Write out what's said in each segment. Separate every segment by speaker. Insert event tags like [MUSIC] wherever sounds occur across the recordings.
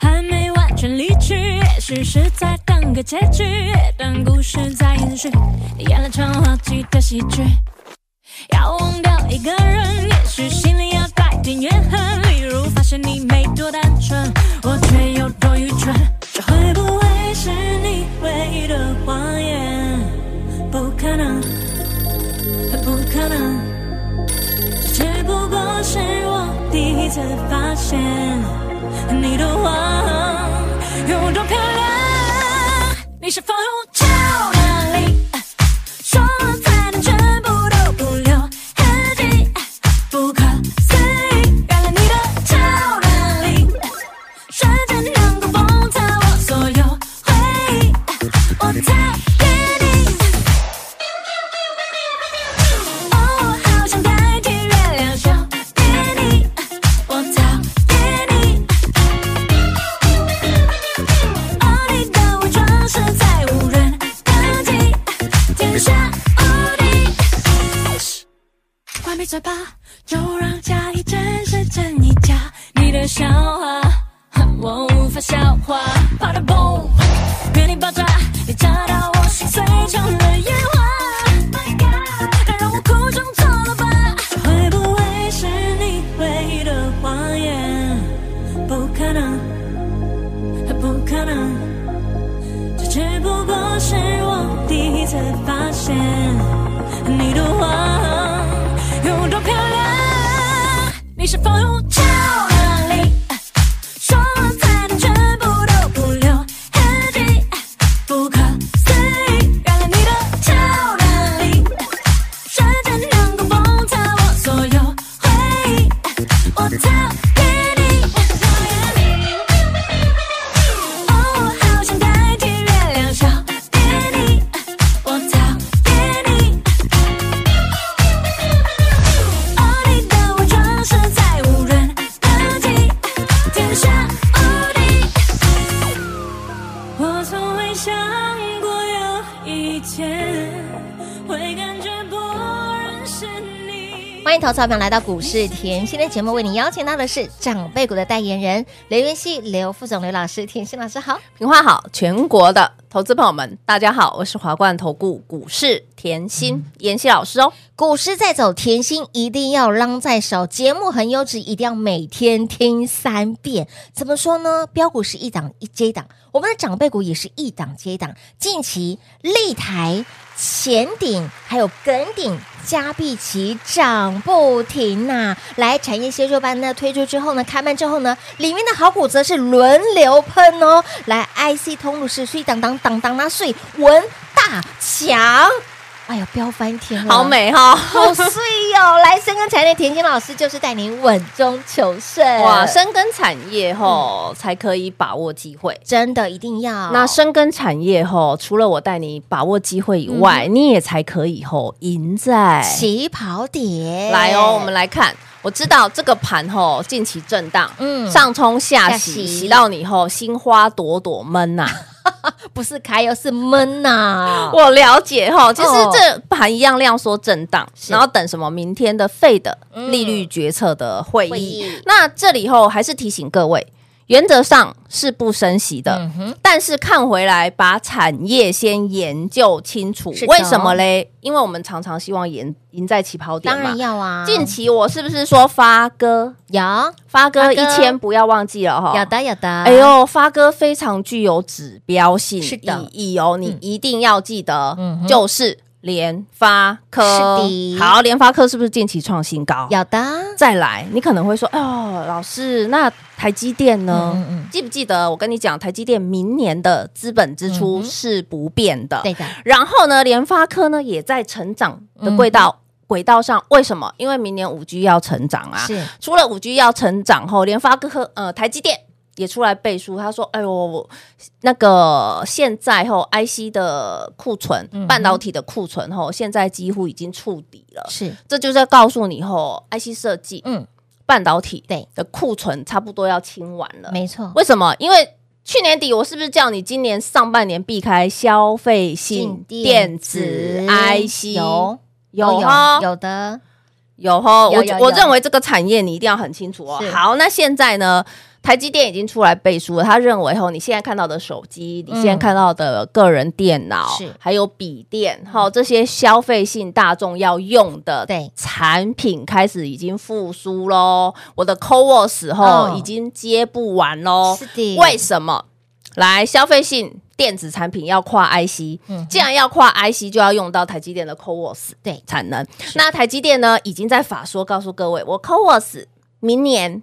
Speaker 1: 还没完全离去，也许是在等个结局，但故事在延续，你演了场滑稽的喜剧。要忘掉一个人，也许心里要带点怨恨，例如发现你没多单纯，我却有多愚蠢。这会不会是你唯一的谎言？不可能，很不可能，这只不过是我第一次发现。你的谎有多漂亮？你是否又朝哪里？说了才能全部都不留痕迹，不可思议。原来你的朝哪里，瞬间能够封擦我所有回忆，我太给你。哦，好想哦代替月亮笑给你，哦我讨厌你。哦，你的伪装实在无人能及，天下无敌。关闭嘴巴，就让假意真实真一假。你的笑话，哼我无法消化。啪嗒嘣，原地爆炸，你炸到我心碎成了烟花。该让我哭成错了吧？这会不会是你唯一的谎言？不可能，不可能，这只不过是我第一次发现你的谎有多漂亮。你是否有朝哪里？说了才能全部都不留痕迹，不可思议。原来你的朝哪里，瞬间能够崩塌我所有回忆，我讨厌你。哦，好想代替月亮笑给你，我讨厌你。哦，你的伪装实在无人能及，天下无敌。我从未想过有一天会感觉不认识你。
Speaker 2: 欢迎投资好朋友来到股市甜心的节目，为你邀请到的是长辈股的代言人刘元熙、刘副总、刘老师，甜心老师好。
Speaker 3: 平话好，全国的投资朋友们，大家好，我是华冠投顾股市甜心妍希老师哦。
Speaker 2: 股市在走，甜心一定要浪在手。节目很优质，一定要每天听三遍。怎么说呢？标股是一档一接一档，我们的长辈股也是一档接一档。近期立台、前顶还有耿鼎、嘉碧奇涨不停呐、来产业先修班呢推出之后呢，开卖之后呢，里面的好股则是轮流喷哦。来，IC 通路是碎当当当当啦碎文大强。哎呀，飙翻天了！
Speaker 3: 好美哈、
Speaker 2: 好碎哦！ [LAUGHS] 来，深耕产业，田心老师就是带您稳中求胜。
Speaker 3: 哇，深耕产业吼、才可以把握机会。
Speaker 2: 真的一定要
Speaker 3: 那深耕产业吼，除了我带你把握机会以外，你也才可以吼赢在
Speaker 2: 起跑点
Speaker 3: 来哦，我们来看。我知道这个盘吼近期震荡，
Speaker 2: 嗯
Speaker 3: 嗯，上冲下
Speaker 2: 下洗
Speaker 3: 洗，洗到你吼心花朵朵闷呐、
Speaker 2: 不是开哦，是闷呐、
Speaker 3: 我了解哈，其实
Speaker 2: 哦
Speaker 3: 这盘一样量缩震荡，然后等什么明天的 Fed 利率决策的会
Speaker 2: 嗯会
Speaker 3: 议
Speaker 2: 议。
Speaker 3: 那这里后还是提醒各位，原则上是不升息的
Speaker 2: 嗯，哼，
Speaker 3: 但是看回来把产业先研究清楚
Speaker 2: 是的，
Speaker 3: 为什么嘞？因为我们常常希望赢赢在起跑点
Speaker 2: 当
Speaker 3: 嘛
Speaker 2: 然。要啊。
Speaker 3: 近期我是不是说发哥？
Speaker 2: 有
Speaker 3: 发哥
Speaker 2: 发哥
Speaker 3: 一千不要忘记了哈，
Speaker 2: 有的有的，
Speaker 3: 哦哎，呦，发哥非常具有指标性
Speaker 2: 啊是的
Speaker 3: 意义哦，你一定要记得，
Speaker 2: 嗯哼
Speaker 3: 就是联发科。
Speaker 2: 是的
Speaker 3: 好，联发科是不是近期创新高？
Speaker 2: 有的，
Speaker 3: 再来，你可能会说，哦，老师，那台积电呢？
Speaker 2: 嗯嗯嗯
Speaker 3: 记不记得我跟你讲，台积电明年的资本支出是不变的。
Speaker 2: 嗯对的，
Speaker 3: 然后呢，联发科呢也在成长的
Speaker 2: 嗯
Speaker 3: 轨道、轨道上，为什么？因为明年五 G 要成长啊。
Speaker 2: 是
Speaker 3: 除了五 G 要成长后，联发科呃台积电也出来背书，他说：“哎呦，我那个现在吼 IC 的库存，
Speaker 2: 嗯
Speaker 3: 半导体的库存吼，现在几乎已经触底了。
Speaker 2: 是，
Speaker 3: 这就是在告诉你吼，IC 设计、
Speaker 2: 嗯，
Speaker 3: 半导体
Speaker 2: 对
Speaker 3: 的库存差不多要清完了。
Speaker 2: 没错，
Speaker 3: 为什么？因为去年底我是不是叫你今年上半年避开消费性
Speaker 2: 进
Speaker 3: 电子 IC？
Speaker 2: 有
Speaker 3: 有
Speaker 2: 有
Speaker 3: 哦
Speaker 2: 有的，
Speaker 3: 有吼，
Speaker 2: 有
Speaker 3: 我
Speaker 2: 有
Speaker 3: 我
Speaker 2: 有
Speaker 3: 认为这个产业你一定要很清楚哦
Speaker 2: 是。
Speaker 3: 好，那现在呢，台积电已经出来背书了，他认为吼，你现在看到的手机，你
Speaker 2: 嗯
Speaker 3: 现在看到的个人电脑
Speaker 2: 是，
Speaker 3: 还有笔电，哈，这些消费性大众要用的
Speaker 2: 对
Speaker 3: 产品开始已经复苏喽。我的 CoWoS 吼
Speaker 2: 嗯
Speaker 3: 已经接不完喽
Speaker 2: 是，的
Speaker 3: 为什么？来，消费性电子产品要跨 IC，
Speaker 2: 嗯
Speaker 3: 既然要跨 IC，就要用到台积电的 CoWoS。
Speaker 2: 对，
Speaker 3: 产能。那台积电呢，已经在法说告诉各位，我 CoWoS 明年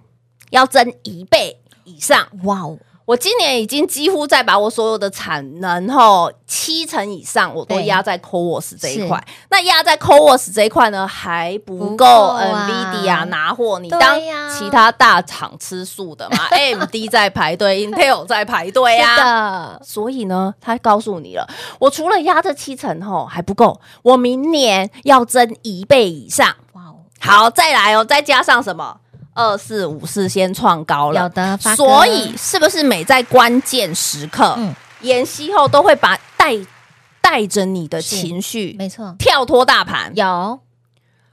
Speaker 3: 要增一倍以上。
Speaker 2: 哇哦，
Speaker 3: 我今年已经几乎在把我所有的产能吼七成以上，我都
Speaker 2: 对
Speaker 3: 压在 CoWoS 这一
Speaker 2: 是
Speaker 3: 块。那压在 CoWoS 这一块呢，还不
Speaker 2: 不
Speaker 3: 够
Speaker 2: 够
Speaker 3: NVIDIA
Speaker 2: 啊
Speaker 3: 拿货，你
Speaker 2: 对
Speaker 3: 当
Speaker 2: 呀
Speaker 3: 其他大厂吃素的
Speaker 2: [LAUGHS]
Speaker 3: 嘛？AMD 在排队，Intel 在排队
Speaker 2: 是
Speaker 3: 啊。
Speaker 2: 的，
Speaker 3: 所以呢，他告诉你了，我除了压这七成吼还不够，我明年要增一倍以上。
Speaker 2: 哇哦，
Speaker 3: 好，再来哦，再加上什么？二四五四先创高了，
Speaker 2: 有的发哥
Speaker 3: 所以是不是每在关键时刻，
Speaker 2: 嗯
Speaker 3: 妍希后都会把带带着你的情绪
Speaker 2: 没错，
Speaker 3: 跳脱大盘？
Speaker 2: 有，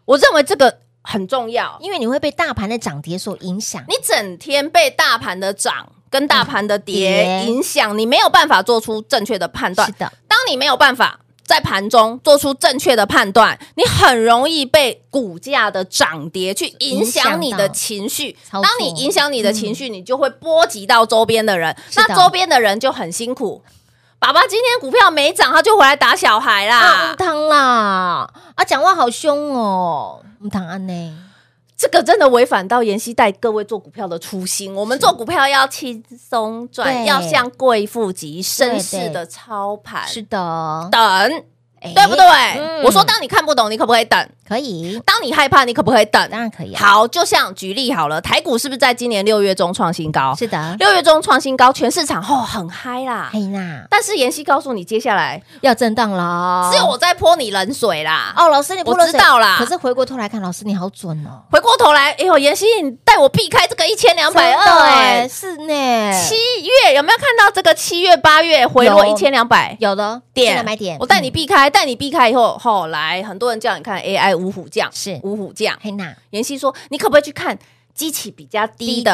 Speaker 3: 我认为这个很重要，
Speaker 2: 因为你会被大盘的涨跌所影响，
Speaker 3: 你整天被大盘的涨跟大盘的跌
Speaker 2: 嗯跌
Speaker 3: 影响，你没有办法做出正确的判断
Speaker 2: 是。的，
Speaker 3: 当你没有办法在盘中做出正确的判断，你很容易被股价的涨跌去影响你的情绪。
Speaker 2: 操
Speaker 3: 当
Speaker 2: 作
Speaker 3: 你影响你的情绪，你就会波及到周边的人，
Speaker 2: 嗯是的
Speaker 3: 那周边的人就很辛苦。爸爸今天股票没涨，他就回来打小孩
Speaker 2: 啊，
Speaker 3: 啦
Speaker 2: 唔。汤啦，啊，讲话好凶哦，唔汤安呢，
Speaker 3: 这个真的违反到妍希带各位做股票的初心。我们做股票要轻松赚，
Speaker 2: 对
Speaker 3: 要像贵妇级绅
Speaker 2: 对
Speaker 3: 士
Speaker 2: 对
Speaker 3: 的操盘
Speaker 2: 是的，
Speaker 3: 等，
Speaker 2: 哎
Speaker 3: 对不对？
Speaker 2: 嗯
Speaker 3: 我说，当你看不懂，你可不可以等？
Speaker 2: 可以，
Speaker 3: 当你害怕，你可不可以等？
Speaker 2: 当然可以啊，
Speaker 3: 好，就像举例好了，台股是不是在今年六月中创新高？
Speaker 2: 是的，
Speaker 3: 六月中创新高，全市场哦很嗨啦。
Speaker 2: 嘿娜
Speaker 3: 但是妍希告诉你，接下来
Speaker 2: 要震荡了，
Speaker 3: 只有我在泼你冷水啦。
Speaker 2: 哦，老师你不
Speaker 3: 我知道啦
Speaker 2: 可是回过头来看，老师你好准哦，
Speaker 3: 回过头来，哎呦，妍希，你带我避开这个一千两百
Speaker 2: 真的
Speaker 3: 二，哎，
Speaker 2: 是呢，
Speaker 3: 七月有没有看到这个七月八月回落一
Speaker 2: 有
Speaker 3: 千两百？
Speaker 2: 有的进来
Speaker 3: 点
Speaker 2: 买点，
Speaker 3: 我带你
Speaker 2: 嗯
Speaker 3: 避开，带你避开以后，吼、来，很多人叫你看 AI 五虎将，
Speaker 2: 是
Speaker 3: 五虎将，
Speaker 2: 嘿娜，
Speaker 3: 妍希说：“你可不可以去看机器比较低
Speaker 2: 低
Speaker 3: 的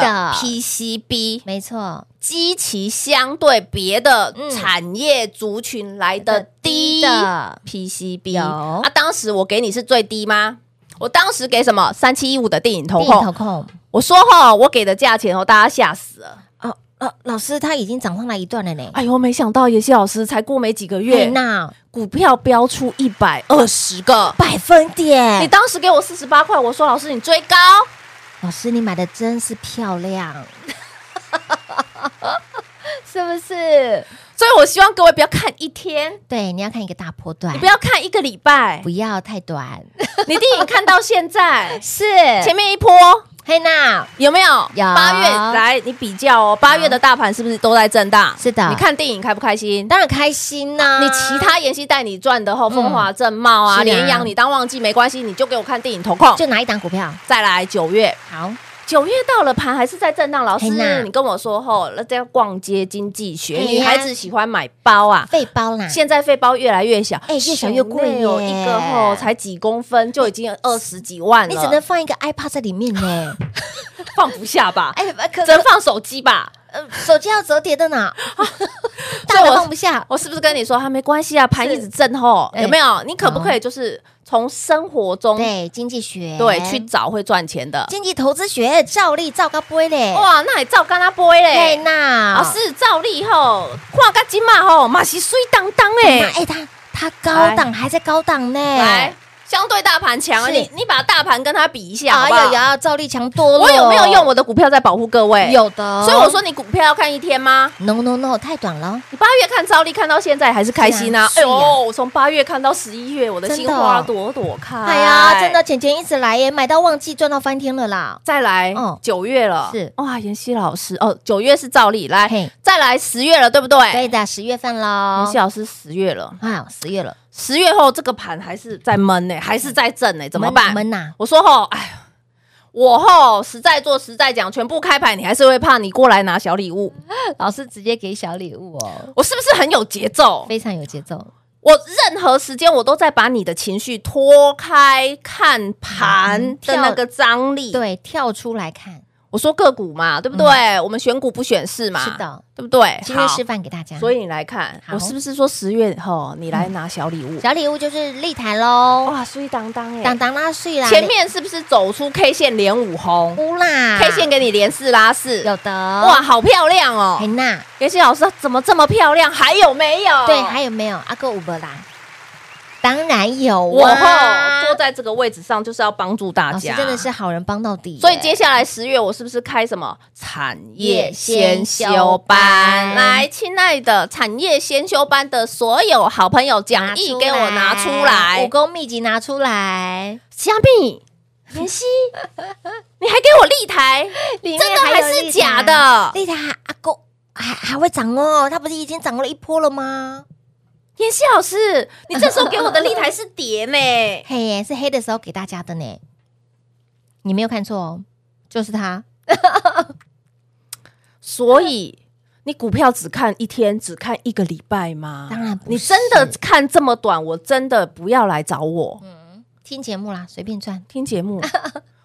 Speaker 2: 的
Speaker 3: PCB，
Speaker 2: 没错，
Speaker 3: 机器相对别的
Speaker 2: 嗯
Speaker 3: 产业族群来的低
Speaker 2: 的
Speaker 3: PCB？
Speaker 2: 有
Speaker 3: 啊，当时我给你是最低吗？我当时给什么三七一五的电影投
Speaker 2: 电影投
Speaker 3: 控？
Speaker 2: 控。
Speaker 3: 我说哈，我给的价钱哦，大家吓死了。
Speaker 2: 哦，老老师他已经涨上来一段了呢。
Speaker 3: 哎呦，没想到妍希老师才过没几个
Speaker 2: 对
Speaker 3: 月，
Speaker 2: 哎那
Speaker 3: 股票飙出一百二十个。”
Speaker 2: 百分
Speaker 3: 你
Speaker 2: 点，
Speaker 3: 当时给我四十八块，我说老师你追高，
Speaker 2: 老师你买的真是漂
Speaker 3: [LAUGHS]
Speaker 2: 亮，是不是？
Speaker 3: 所以我希望各位不要看一天，
Speaker 2: 对，你要看一个大波段，
Speaker 3: 你不要看一个礼拜
Speaker 2: 不，要太短，，
Speaker 3: [LAUGHS] 你电影看到现在
Speaker 2: 是
Speaker 3: [LAUGHS] 前面一波
Speaker 2: 嘿娜，
Speaker 3: 有没有？
Speaker 2: 有
Speaker 3: 八月来你比较哦，八月的大盘是不是都在震荡？
Speaker 2: 是的
Speaker 3: 你看电影开不开心？
Speaker 2: 当然开心呐、
Speaker 3: 哦你其他妍希带你赚的后，
Speaker 2: 嗯
Speaker 3: 风华正茂
Speaker 2: 是
Speaker 3: 啊，
Speaker 2: 啊
Speaker 3: 联阳你当旺季没关系，你就给我看电影投控。
Speaker 2: 就拿一档股票，
Speaker 3: 再来九月，
Speaker 2: 好，
Speaker 3: 九月到了盘还是在震荡。老
Speaker 2: 嘿呐
Speaker 3: 师，你跟我说吼，那叫逛街经济学，
Speaker 2: 嘿哎呀
Speaker 3: 女孩子喜欢买包啊。
Speaker 2: 费包啦，
Speaker 3: 现在肺包越来越小，
Speaker 2: 哎越小越贵耶
Speaker 3: 有一个吼才几公分就已经二十几万了，
Speaker 2: 你只能放一个 iPad 在里面呢。
Speaker 3: 放不下吧？
Speaker 2: 哎，可
Speaker 3: 只能放手机吧？
Speaker 2: 呃手机要折叠的
Speaker 3: [LAUGHS]
Speaker 2: 呢，大
Speaker 3: 所以
Speaker 2: 的
Speaker 3: 我
Speaker 2: 放不下，
Speaker 3: 我是不是跟你说，啊，没关系啊，盘一直震吼，
Speaker 2: 哎
Speaker 3: 有没有？你可不可以就是从生活中
Speaker 2: 对，经济学，
Speaker 3: 对去找会赚钱的？
Speaker 2: 经济投资学，照例照高杯嘞，
Speaker 3: 哇，那你照干他杯
Speaker 2: 嘿
Speaker 3: 嘞？
Speaker 2: 娜，
Speaker 3: 老师照例吼，看个金嘛吼，嘛是水当当
Speaker 2: 那
Speaker 3: 哎，
Speaker 2: 哎，他他高档还在高档呢，
Speaker 3: 来。相对大盘强啊，
Speaker 2: 是
Speaker 3: 你你把大盘跟它比一下，好
Speaker 2: 哎
Speaker 3: 不好
Speaker 2: 呀呀，赵丽强多了，
Speaker 3: 我有没有用我的股票在保护各位？。
Speaker 2: 有的，
Speaker 3: 所以我说你股票要看一天吗？
Speaker 2: no no no，太短了，
Speaker 3: 你八月看照例看到现在还是开心啊！
Speaker 2: 是
Speaker 3: 哎
Speaker 2: 啊
Speaker 3: 呦，
Speaker 2: 是啊
Speaker 3: 我从八月看到十一月，我的
Speaker 2: 真的
Speaker 3: 心花朵朵开。
Speaker 2: 哎呀，真的钱钱一直来耶，买到旺季赚到翻天了啦，
Speaker 3: 再来
Speaker 2: 嗯
Speaker 3: 九月了，
Speaker 2: 是
Speaker 3: 哇，妍希老师哦，九月是照例来
Speaker 2: 嘿，
Speaker 3: 再来十月了，对不对？
Speaker 2: 对的，十月份
Speaker 3: 妍
Speaker 2: 喽
Speaker 3: 希，老师十月了，
Speaker 2: 啊，十月了，
Speaker 3: 十月后这个盘还是在闷呢、还是在震呢、怎么
Speaker 2: 闷
Speaker 3: 办？
Speaker 2: 闷呐，
Speaker 3: 我说吼，哎，我吼实在做实在讲，全部开牌你还是会怕，你过来拿小礼物，
Speaker 2: 老师直接给小礼物哦，
Speaker 3: 我是不是很有节奏？
Speaker 2: 非常有节奏，
Speaker 3: 我任何时间我都在把你的情绪拖开看盘的那个张力。，
Speaker 2: 嗯对，跳出来看，
Speaker 3: 我说个股嘛，对不对？我们选股不选市嘛，
Speaker 2: 是，的，
Speaker 3: 对不对？
Speaker 2: 今日
Speaker 3: 好
Speaker 2: 示范给大家，
Speaker 3: 所以你来看，
Speaker 2: 好
Speaker 3: 我是不是说十月后你来拿小礼物？
Speaker 2: 小礼物就是立台喽，
Speaker 3: 哇，水当当哎，
Speaker 2: 当当拉碎啦，
Speaker 3: 前面是不是走出 K 线连五红
Speaker 2: 乌啦
Speaker 3: ？K 线给你连四拉四，
Speaker 2: 啊有的，
Speaker 3: 哇，
Speaker 2: 哇，
Speaker 3: 好漂亮
Speaker 2: 嘿
Speaker 3: 哦！
Speaker 2: 娜，
Speaker 3: 妍希老师怎么这么漂亮？还有没有？
Speaker 2: 对，还有没啊有阿哥五伯啦？当然有啊，
Speaker 3: 我后坐在这个位置上就是要帮助大
Speaker 2: 老师
Speaker 3: 家，
Speaker 2: 真的是。好人帮到底耶，
Speaker 3: 所以接下来十月我是不是开什么产业先修
Speaker 2: 业先修班
Speaker 3: 班？来，亲爱的产业先修班的所有好朋友，讲义给我拿出
Speaker 2: 武
Speaker 3: 来。
Speaker 2: 功秘籍拿出来，
Speaker 3: 虾米，
Speaker 2: [LAUGHS]
Speaker 3: 妍希，你还给我立台，
Speaker 2: 里面
Speaker 3: 真的还
Speaker 2: 有
Speaker 3: 是
Speaker 2: 丽塔
Speaker 3: 假？的？
Speaker 2: 丽塔阿公还还会涨哦，它不是已经涨了一波了吗？？
Speaker 3: 妍希老师，你这时候给我的立台是叠呢
Speaker 2: [LAUGHS] 嘿耶，是黑的时候给大家的呢，你没有看错哦，就是它。
Speaker 3: 所以你股票只看一天，只看一个礼拜吗？
Speaker 2: 当然不是
Speaker 3: 你真的看这么短，我真的不要来找我、
Speaker 2: 嗯听节目啦，随便赚，
Speaker 3: 听
Speaker 2: [LAUGHS]
Speaker 3: 节目，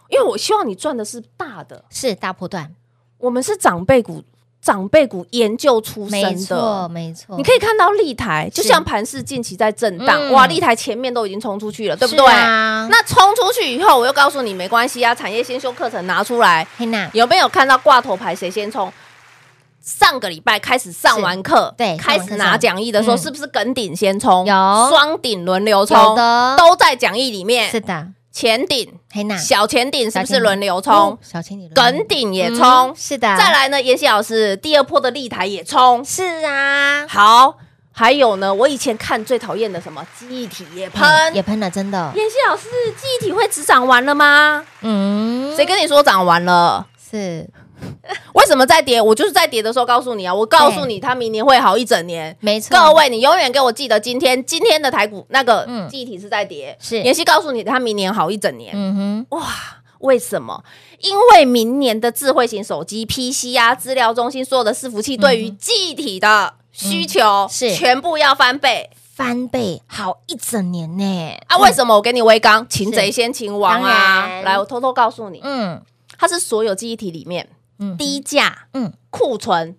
Speaker 3: 因为我希望你赚的是大的。
Speaker 2: 是大波段，
Speaker 3: 我们是长辈股，长辈股研究出
Speaker 2: 没
Speaker 3: 身
Speaker 2: 错
Speaker 3: 的。
Speaker 2: 没错，
Speaker 3: 你可以看到立台，就是像盘市近期在震荡，
Speaker 2: 嗯
Speaker 3: 哇，立台前面都已经冲出去了，对不对？
Speaker 2: 是啊
Speaker 3: 那冲出去以后，我又告诉你没关系啊，产业先修课程拿出来，
Speaker 2: 黑娜
Speaker 3: 有没有看到挂头牌谁先冲？上个礼拜开始上完课，
Speaker 2: 对
Speaker 3: 开
Speaker 2: 上完
Speaker 3: 始
Speaker 2: 课
Speaker 3: 拿奖励的时
Speaker 2: 嗯
Speaker 3: 候，是不是梗顶先冲？
Speaker 2: 有
Speaker 3: 双顶轮流
Speaker 2: 有
Speaker 3: 冲，
Speaker 2: 的
Speaker 3: 都在奖励里
Speaker 2: 是
Speaker 3: 面。
Speaker 2: 的，
Speaker 3: 前顶、
Speaker 2: 黑娜
Speaker 3: 小前顶是不
Speaker 2: 小前
Speaker 3: 是
Speaker 2: 顶
Speaker 3: 轮流
Speaker 2: 哦
Speaker 3: 冲？
Speaker 2: 小千你轮
Speaker 3: 梗顶也
Speaker 2: 嗯
Speaker 3: 冲。
Speaker 2: 是的，
Speaker 3: 再来呢，妍希老师第二波的立台也冲。
Speaker 2: 是啊，
Speaker 3: 好，还有呢，我以前看最讨厌的什么记忆体也喷
Speaker 2: 嗯也。喷了，真的，
Speaker 3: 妍希老师，记忆体会只涨完了吗？
Speaker 2: 嗯，
Speaker 3: 谁跟你说涨完了？
Speaker 2: 是
Speaker 3: 为什么在跌？我就是在跌的时候告诉你啊，我告诉你，它明年会好一整年。
Speaker 2: 没错，
Speaker 3: 各位，你永远给我记得今天今天的台股那个
Speaker 2: 嗯
Speaker 3: 记忆体是在跌，
Speaker 2: 是
Speaker 3: 妍希告诉你，它明年好一整年。
Speaker 2: 嗯哼。
Speaker 3: 为什么？因为明年的智慧型手机、PC 啊、资料中心所有的伺服器对于记忆体的需求
Speaker 2: 嗯是
Speaker 3: 全部要翻倍
Speaker 2: 翻倍好一整年呢、
Speaker 3: 啊！为什么我给你微刚，擒贼先擒王
Speaker 2: 嗯当
Speaker 3: 啊？
Speaker 2: 然
Speaker 3: 来，我偷偷告诉你，
Speaker 2: 嗯
Speaker 3: 它是所有记忆体里面
Speaker 2: 嗯，
Speaker 3: 低价
Speaker 2: 嗯，
Speaker 3: 库存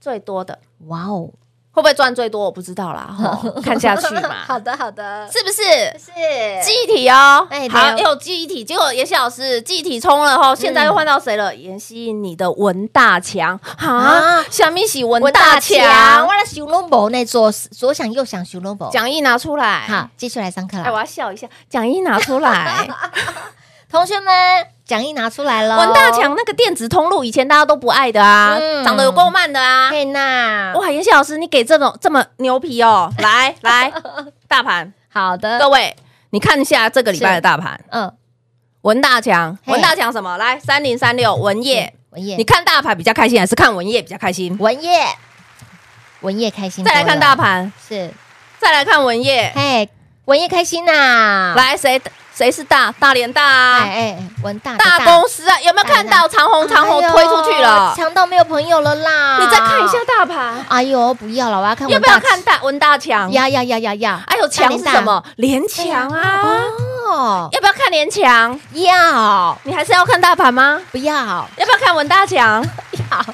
Speaker 3: 最多的。
Speaker 2: 哇哦，
Speaker 3: 会不会赚最多？我不知 [LAUGHS] 道啦，吼看下去 [LAUGHS] 嘛。
Speaker 2: 好的好的，
Speaker 3: 是不是？
Speaker 2: 是
Speaker 3: 记忆体哦，
Speaker 2: 哎对
Speaker 3: 好，又有记忆体，结果妍希老师记忆体冲了吼，现在又换到谁了？妍希，你的文大强
Speaker 2: 啊
Speaker 3: 啊，小米喜文大强
Speaker 2: 我，的熊龙宝呢，左左想右想熊龙宝，
Speaker 3: 讲义拿出来，
Speaker 2: 好，，继续来上课
Speaker 3: 哎，我
Speaker 2: 了，
Speaker 3: 要笑一下，讲义拿出 [LAUGHS] 来，
Speaker 2: 同学们讲义拿出来了，
Speaker 3: 文大强那个电子通路以前大家都不爱的啊
Speaker 2: 嗯，
Speaker 3: 长得有够慢的啊，
Speaker 2: 佩娜，
Speaker 3: 哇，妍希老师，你给这种这么牛
Speaker 2: [LAUGHS]
Speaker 3: 皮哦，来来，大盘
Speaker 2: 好的，
Speaker 3: 各位，你看一下这个礼
Speaker 2: 嗯
Speaker 3: 拜
Speaker 2: 是
Speaker 3: 的大盘，
Speaker 2: 嗯，
Speaker 3: 文大强，
Speaker 2: 嘿
Speaker 3: 文大强什么？来，三零三六文业。
Speaker 2: 文业，
Speaker 3: 你看大盘比较开心，还是看文业比较开心？
Speaker 2: 文业，文业开心多
Speaker 3: 再
Speaker 2: 了，
Speaker 3: 来看大盘，
Speaker 2: 是，
Speaker 3: 再来看文业，
Speaker 2: 嘿，文业开心呐、
Speaker 3: 来谁谁是大大连大啊？
Speaker 2: 嗯哎哎，文大的哎
Speaker 3: 大公司啊，有没有看到长虹长虹推出去了？
Speaker 2: 强啊到没有朋友了啦！
Speaker 3: 你再看一下，大盘，
Speaker 2: 哎呦，不要了，我要看
Speaker 3: 要
Speaker 2: 文
Speaker 3: 不
Speaker 2: 大
Speaker 3: 要看大文大强？
Speaker 2: 呀呀呀呀呀！
Speaker 3: 哎呦，强是什么？联强啊！
Speaker 2: 哦，
Speaker 3: 要不要看联强？
Speaker 2: 要
Speaker 3: 你还是要看大盘吗？
Speaker 2: 不要
Speaker 3: 要不要看文大强？
Speaker 2: [LAUGHS] 要？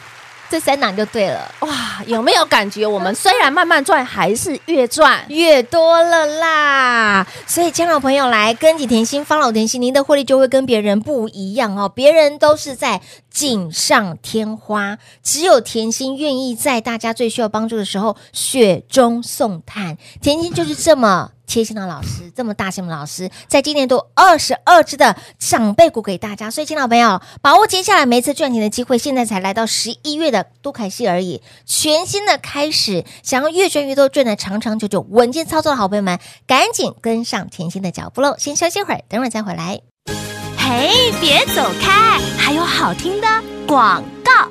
Speaker 2: 这三档就对了，
Speaker 3: 哇，有没有感觉我们虽然慢慢赚，还是越赚？
Speaker 2: 越多了啦。所以，亲爱的朋友来跟紧甜心，方老甜心，您的获利就会跟别人不一样哦。别人都是在锦上添花。只有甜心愿意在大家最需要帮助的时候雪中送炭。甜心就是这么。贴心的老师，这么大心的老师，在今年度二十二只的长辈股给大家，所以，亲老朋友，把握接下来每一次赚钱的机会，现在才来到十一月的都凯西而已，全新的开始，想要越赚越多，赚的长长久久，稳健操作的好朋友们，赶紧跟上甜心的脚步喽！先休息会儿，等会儿再回来。
Speaker 4: 嘿，别走开，还有好听的广告。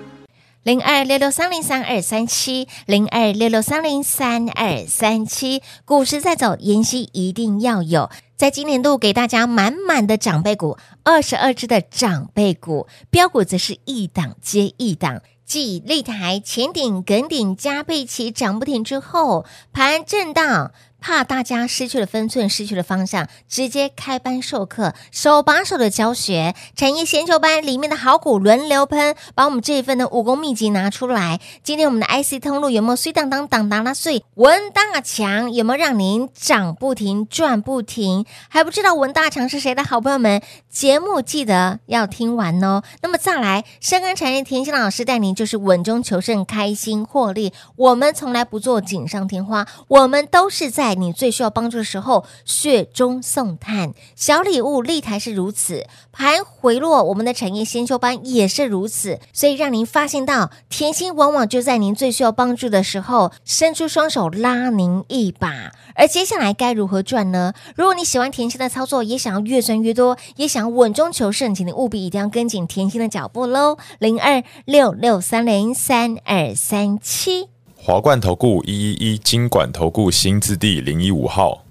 Speaker 2: 零二六六三零三二三七，零二六六三零三二三七，股市在走，妍希一定要有。在今年度给大家满满的长辈股，二十二只的长辈股，标股则是一档接一档。继立台、前顶、梗顶、加倍齐涨不停之后，盘震荡，怕大家失去了分寸、失去了方向，直接开班授课，手把手的教学，产业先修班里面的好股轮流喷，把我们这一份的武功秘籍拿出来。今天我们的 IC 通路有没有碎当当当当啦碎？文大强有没有让您涨不停、赚不停？还不知道文大强是谁的好朋友们，节目记得要听完哦。那么再来，深耕产业甜心老师带您就是稳中求胜，开心获利。我们从来不做锦上添花，我们都是在你最需要帮助的时候雪中送炭。小礼物立台是如此，盘回落，我们的产业先修班也是如此。所以让您发现到，甜心往往就在您最需要帮助的时候，伸出双手拉您一把。而接下来该如何赚呢？如果你喜欢甜心的操作，也想要越赚越多，也想要稳中求胜，请你务必一定要跟紧甜心的脚步喽。零二六六三零三二三七。
Speaker 5: 华冠投顾一一一金管投顾新字第零一五号，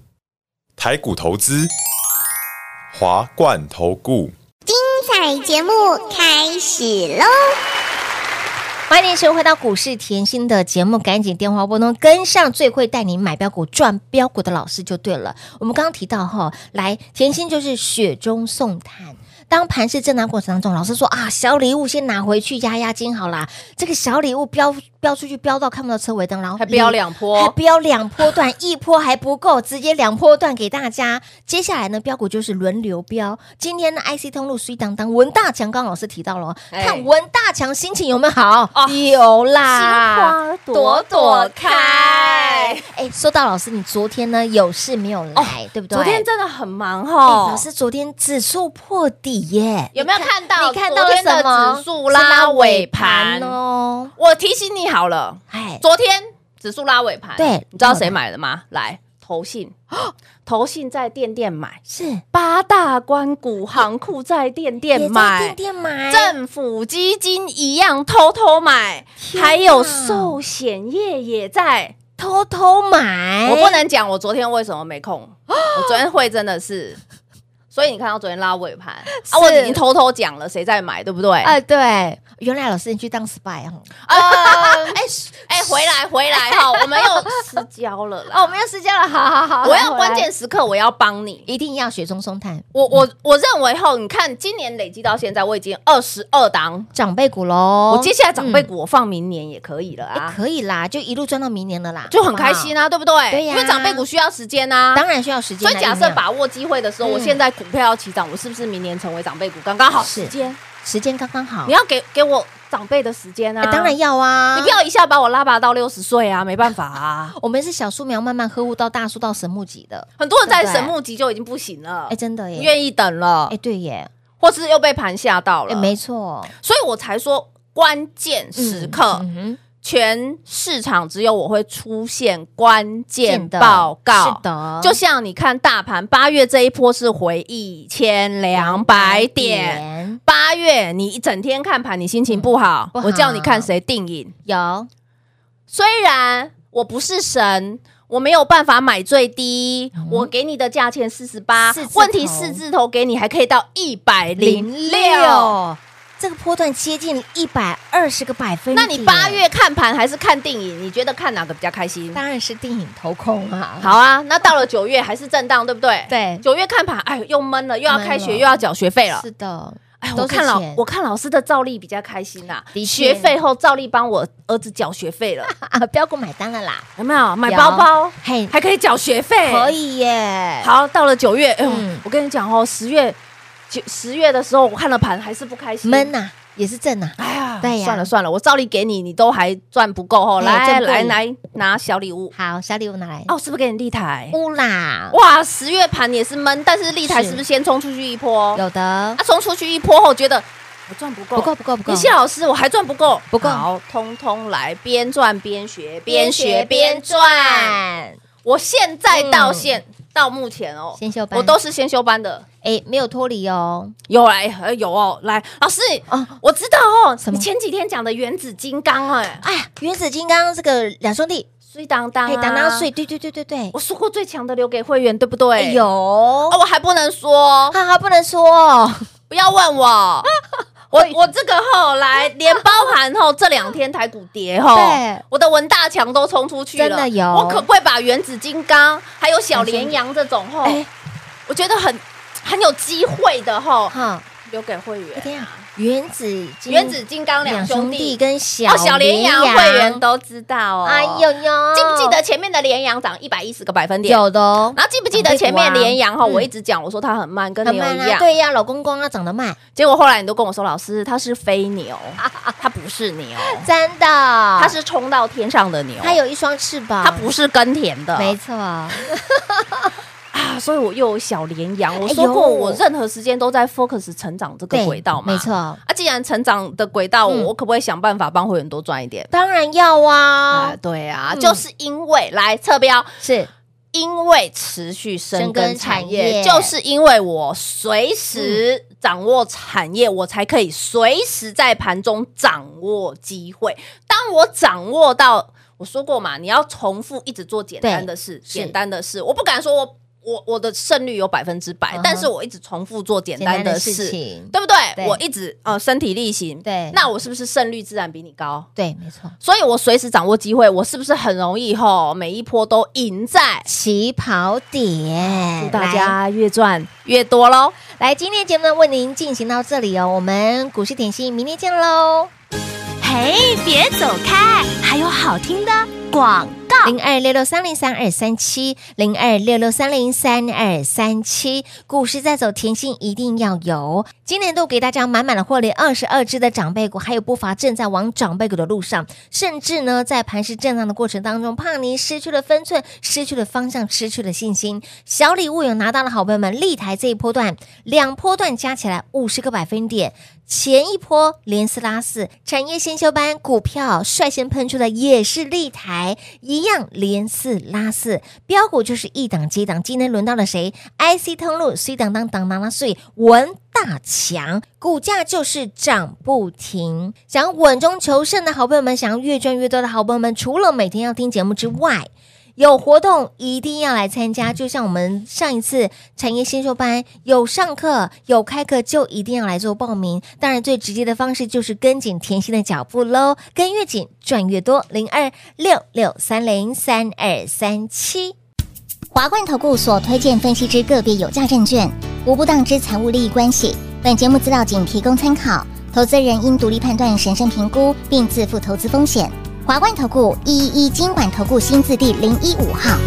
Speaker 5: 台股投资，华冠投顾。
Speaker 6: 彩节目开始喽！
Speaker 2: 欢迎收回到股市甜心的节目，赶紧电话拨通，跟上最会带你买标股赚标股的老师就对了。我们刚刚提到哈，来甜心就是雪中送炭。当盘市震荡过程当中，老师说啊，小礼物先拿回去压压惊好啦。这个小礼物飙飙出去，飙到看不到车尾灯，然后
Speaker 3: 还飙两波
Speaker 2: 还飙两波段，一波还不够，直接两波段给大家。接下来呢，标股就是轮流飙。今天呢，IC 通路虽当当，文大强刚刚老师提到了哦，
Speaker 3: 哎哦
Speaker 2: 看文大强心情有没有好？有啦，
Speaker 3: 心花朵朵开。
Speaker 2: 哎，说到老师，你昨天呢有事没有来，对不对？
Speaker 3: 哦昨天真的很忙
Speaker 2: 哎
Speaker 3: 哦，
Speaker 2: 老师昨天指数破底耶，
Speaker 3: 有没有看到？
Speaker 2: 你看到
Speaker 3: 昨
Speaker 2: 了
Speaker 3: 天的
Speaker 2: 什么？
Speaker 3: 指数拉尾盘
Speaker 2: 是拉尾哦，
Speaker 3: 我提醒你好了，
Speaker 2: 哎，
Speaker 3: 昨天指数拉尾盘，
Speaker 2: 对哦
Speaker 3: 你知道谁买的吗？来，投信，投信在店店买，
Speaker 2: 是
Speaker 3: 八大关股行库在店
Speaker 2: 也
Speaker 3: 店
Speaker 2: 在
Speaker 3: 买
Speaker 2: 店。店买，
Speaker 3: 政府基金一样偷偷买，
Speaker 2: 天哪
Speaker 3: 还有寿险业也在。
Speaker 2: 偷偷买，
Speaker 3: 我不能讲我昨天为什么没
Speaker 2: [GASPS]
Speaker 3: 空，我昨天会真的是，所以你看到昨天拉尾盘啊，我已经偷偷讲了谁在买，对不对？
Speaker 2: 哎，对，原来老师你去当 spy 哦，
Speaker 3: 呃，哎哎，回来回来哈，我们又失焦了
Speaker 2: [LAUGHS]
Speaker 3: 啦。
Speaker 2: 哦我们要失焦了，好好好
Speaker 3: [LAUGHS] 我要关键时刻，我要帮你。
Speaker 2: 一定要雪中送炭，
Speaker 3: 我我我认为后，你看今年累积到现在，我已经二十二档，
Speaker 2: 长辈股喽，
Speaker 3: 我接下来长辈股我放明年也可以了
Speaker 2: 哎
Speaker 3: 啊，
Speaker 2: 哦嗯可以啦，就一路赚到明年了啦，
Speaker 3: 就很开心
Speaker 2: 啊，
Speaker 3: 啊，对不对？
Speaker 2: 对呀
Speaker 3: 因为长辈股需要时间啊。
Speaker 2: 当然需要时间
Speaker 3: 所
Speaker 2: 来
Speaker 3: 以
Speaker 2: 酝
Speaker 3: 假
Speaker 2: 酿，
Speaker 3: 设把握机会的时候，
Speaker 2: 嗯
Speaker 3: 我现在股票要起涨，我是不是明年成为长辈股刚刚好
Speaker 2: 是
Speaker 3: 时间？
Speaker 2: 时间刚刚好
Speaker 3: 你，要给给我长辈的时间啊
Speaker 2: 哎！当然，要啊，
Speaker 3: 你不要一下把我拉拔到六十岁啊，没办法
Speaker 2: [LAUGHS]
Speaker 3: 啊。
Speaker 2: 我们是小树苗慢慢呵护到大树到神木级的，
Speaker 3: 很多人在
Speaker 2: 对不对
Speaker 3: 神木级就已经不行了
Speaker 2: 哎，，真的
Speaker 3: 不
Speaker 2: 耶，
Speaker 3: 哦愿意等了
Speaker 2: 哎，，对耶，
Speaker 3: 或是又被盘吓到
Speaker 2: 哎，
Speaker 3: 了，
Speaker 2: 没错，
Speaker 3: 所以我才说关键时刻，
Speaker 2: 嗯哼
Speaker 3: 全市场只有我会出现关键
Speaker 2: 见的
Speaker 3: 报告。
Speaker 2: 是的，
Speaker 3: 就像你看大盘八月这一波是回一千两百点。
Speaker 2: 点
Speaker 3: 八月你一整天看盘，你心情不好，
Speaker 2: 嗯不好
Speaker 3: 我叫你看谁定影。
Speaker 2: 有
Speaker 3: 虽然我不是神，我没有办法买最低，我给你的价钱四十八
Speaker 2: 嗯四字，头
Speaker 3: 问题四字头给你还可以到一百零六。，
Speaker 2: 这个波段接近一百二十个百分点，
Speaker 3: 那你八月看盘还是看电影？你觉得看哪个比较开心？
Speaker 2: 当然是定影投控啊，，
Speaker 3: 好啊，那到了九月还是震荡，对不对？
Speaker 2: 对
Speaker 3: 九月看盘，哎呦，又闷了，又要开
Speaker 2: 闷
Speaker 3: 学，
Speaker 2: 了
Speaker 3: 又要缴学费了。
Speaker 2: 是的，
Speaker 3: 哎，
Speaker 2: 都是
Speaker 3: 我看老
Speaker 2: 钱
Speaker 3: 我看老师的照例比较开心啦、
Speaker 2: 的确
Speaker 3: 学费后照例帮我儿子缴学费
Speaker 2: [LAUGHS]
Speaker 3: 了，
Speaker 2: 啊，标股买单了啦，
Speaker 3: 有没有？买
Speaker 2: 有
Speaker 3: 包包
Speaker 2: 嘿，
Speaker 3: 还可以缴学费，
Speaker 2: 可。以耶，
Speaker 3: 好，到了九月，哎呦
Speaker 2: 嗯，
Speaker 3: 我跟你讲哦，十月九十月的时候，我看了盘还是不开心，
Speaker 2: 闷呐，也是挣啊，
Speaker 3: 哎呀，
Speaker 2: 对呀
Speaker 3: 算了算了，我照例给你，你都还赚不够哦。
Speaker 2: 哎
Speaker 3: 来
Speaker 2: 真不
Speaker 3: 来
Speaker 2: 一
Speaker 3: 来，拿小礼物
Speaker 2: 好，小礼物拿来，
Speaker 3: 哦，是不是给你立台？
Speaker 2: 乌啦，
Speaker 3: 哇，十月盘也是闷，但是立台
Speaker 2: 是
Speaker 3: 是不是先冲出去一波？
Speaker 2: 有的
Speaker 3: 啊，冲出去一波后觉得我赚不够，
Speaker 2: 不够不够不够
Speaker 3: 林，夕老师，我还赚不够，
Speaker 2: 不够
Speaker 3: 好，通通来，边赚边学，边学边赚。，我现在到现、到目前哦，
Speaker 2: 嗯先修班
Speaker 3: 我都是先修班的。
Speaker 2: 哎没有脱离哦，
Speaker 3: 有来、呃有哦，来老师
Speaker 2: 啊
Speaker 3: 我知道哦，
Speaker 2: 什么
Speaker 3: 你前几天讲的原子金刚哎、
Speaker 2: 哎呀，原子金刚这个两兄弟，
Speaker 3: 碎当当、
Speaker 2: 哎，
Speaker 3: 啊，
Speaker 2: 当当碎，对对对对对
Speaker 3: 我，说过最强的留给会员，对不对？
Speaker 2: 哎有，
Speaker 3: 哦，我还不能说，
Speaker 2: 哈哈，不能说哦，
Speaker 3: 不要
Speaker 2: [LAUGHS]
Speaker 3: 问我。我我这个后来连包含后这两天台股跌后
Speaker 2: 对，
Speaker 3: 我的文大强都冲出去了，
Speaker 2: 真的有
Speaker 3: 我可不可以把原子金刚还有小绵羊这种后，
Speaker 2: 哎
Speaker 3: 我觉得很很有机会的后，
Speaker 2: 好，
Speaker 3: 留给会员。
Speaker 2: 这样，原子金
Speaker 3: 原子金刚两
Speaker 2: 哎两
Speaker 3: 兄
Speaker 2: 兄
Speaker 3: 弟
Speaker 2: 弟跟小
Speaker 3: 哦，小
Speaker 2: 绵
Speaker 3: 绵羊
Speaker 2: 羊
Speaker 3: 会员，都知道哦。
Speaker 2: 哎呦呦，
Speaker 3: 记不记得前面的绵羊涨一百一十个百分点？
Speaker 2: 有的哦？
Speaker 3: 然后记不记得前面连阳哈，
Speaker 2: 嗯
Speaker 3: 我一直讲我说它很慢，跟牛
Speaker 2: 很
Speaker 3: 一
Speaker 2: 慢
Speaker 3: 样。
Speaker 2: 啊，对呀，老公公啊长得慢，
Speaker 3: 结果后来你都跟我说，老师它是飞
Speaker 2: [LAUGHS]
Speaker 3: 牛，它不是牛，
Speaker 2: 真的，
Speaker 3: 它
Speaker 2: 他
Speaker 3: 是冲到天上的牛，
Speaker 2: 啊他有一双翅膀，
Speaker 3: 它不是耕田的。
Speaker 2: 没错，
Speaker 3: 啊，所以我又有小绵羊。我
Speaker 2: 哎
Speaker 3: 说过，
Speaker 2: 呦
Speaker 3: 我任何时间都在 focus 成长这个
Speaker 2: 对
Speaker 3: 轨道嘛。
Speaker 2: 没错
Speaker 3: 啊，既然成长的轨道，
Speaker 2: 嗯
Speaker 3: 我可不可以想办法帮会员多赚一点？
Speaker 2: 当然要啊
Speaker 3: 啊，，对啊，
Speaker 2: 嗯
Speaker 3: 就是因为来侧标，
Speaker 2: 是
Speaker 3: 因为持续深
Speaker 2: 深耕
Speaker 3: 耕产
Speaker 2: 产业
Speaker 3: 业，
Speaker 2: 嗯
Speaker 3: 就是因为我随时掌握产业，我才可以随时在盘中掌握机会。当我掌握到，我说过嘛，你要重复一直做简单的事，
Speaker 2: 是
Speaker 3: 简单的事，我不敢说我我我的胜率有百分之百
Speaker 2: 嗯哼，
Speaker 3: 但是我一直重复做简
Speaker 2: 简
Speaker 3: 单
Speaker 2: 单
Speaker 3: 的
Speaker 2: 的
Speaker 3: 事
Speaker 2: 事。情，
Speaker 3: 对不对？
Speaker 2: 对
Speaker 3: 我一直呃身体力行，
Speaker 2: 对
Speaker 3: 那我是不是胜率自然比你高？
Speaker 2: 对，没错，
Speaker 3: 所以我随时掌握机会，我是不是很容易吼每一波都赢在
Speaker 2: 起跑点，
Speaker 3: 祝
Speaker 2: 哎
Speaker 3: 大家越赚越多喽！
Speaker 2: 来来，今天节目呢为您进行到这里哦，我们股市点心明天见喽。
Speaker 4: 嘿，别走开，还有好听的广告。
Speaker 2: 零二六六三零三二三七，零二六六三零三二三七。股市在走，甜心一定要有。今年度给大家满满的获利，二十二只的长辈股，还有不乏正在往长辈股的路上。甚至呢，在盘势震荡的过程当中，怕你失去了分寸，失去了方向，失去了信心。小礼物有拿到的好朋友们，立台这一波段，两波段加起来五十个百分点。前一波连四拉四，产业先修班股票率先喷出的也是立台，一样连四拉四，标股就是一档接一档。今天轮到了谁？IC 通路虽当当当当当碎文大强，股价就是涨不停。想要稳中求胜的好朋友们，想要越赚越多的好朋友们，除了每天要听节目之外，有活动一定要来参加，就像我们上一次产业新秀班有上课有开课，就一定要来做报名。当然，最直接的方式就是跟紧甜心的脚步喽，跟越紧赚越多。零二六六三零三二三七。
Speaker 6: 华冠投顾所推荐分析之个别有价证券，无不当之财务利益关系。本节目资料仅提供参考，投资人应独立判断、审慎评估，并自负投资风险。华冠投顾一一一金管投顾新字第零一五号。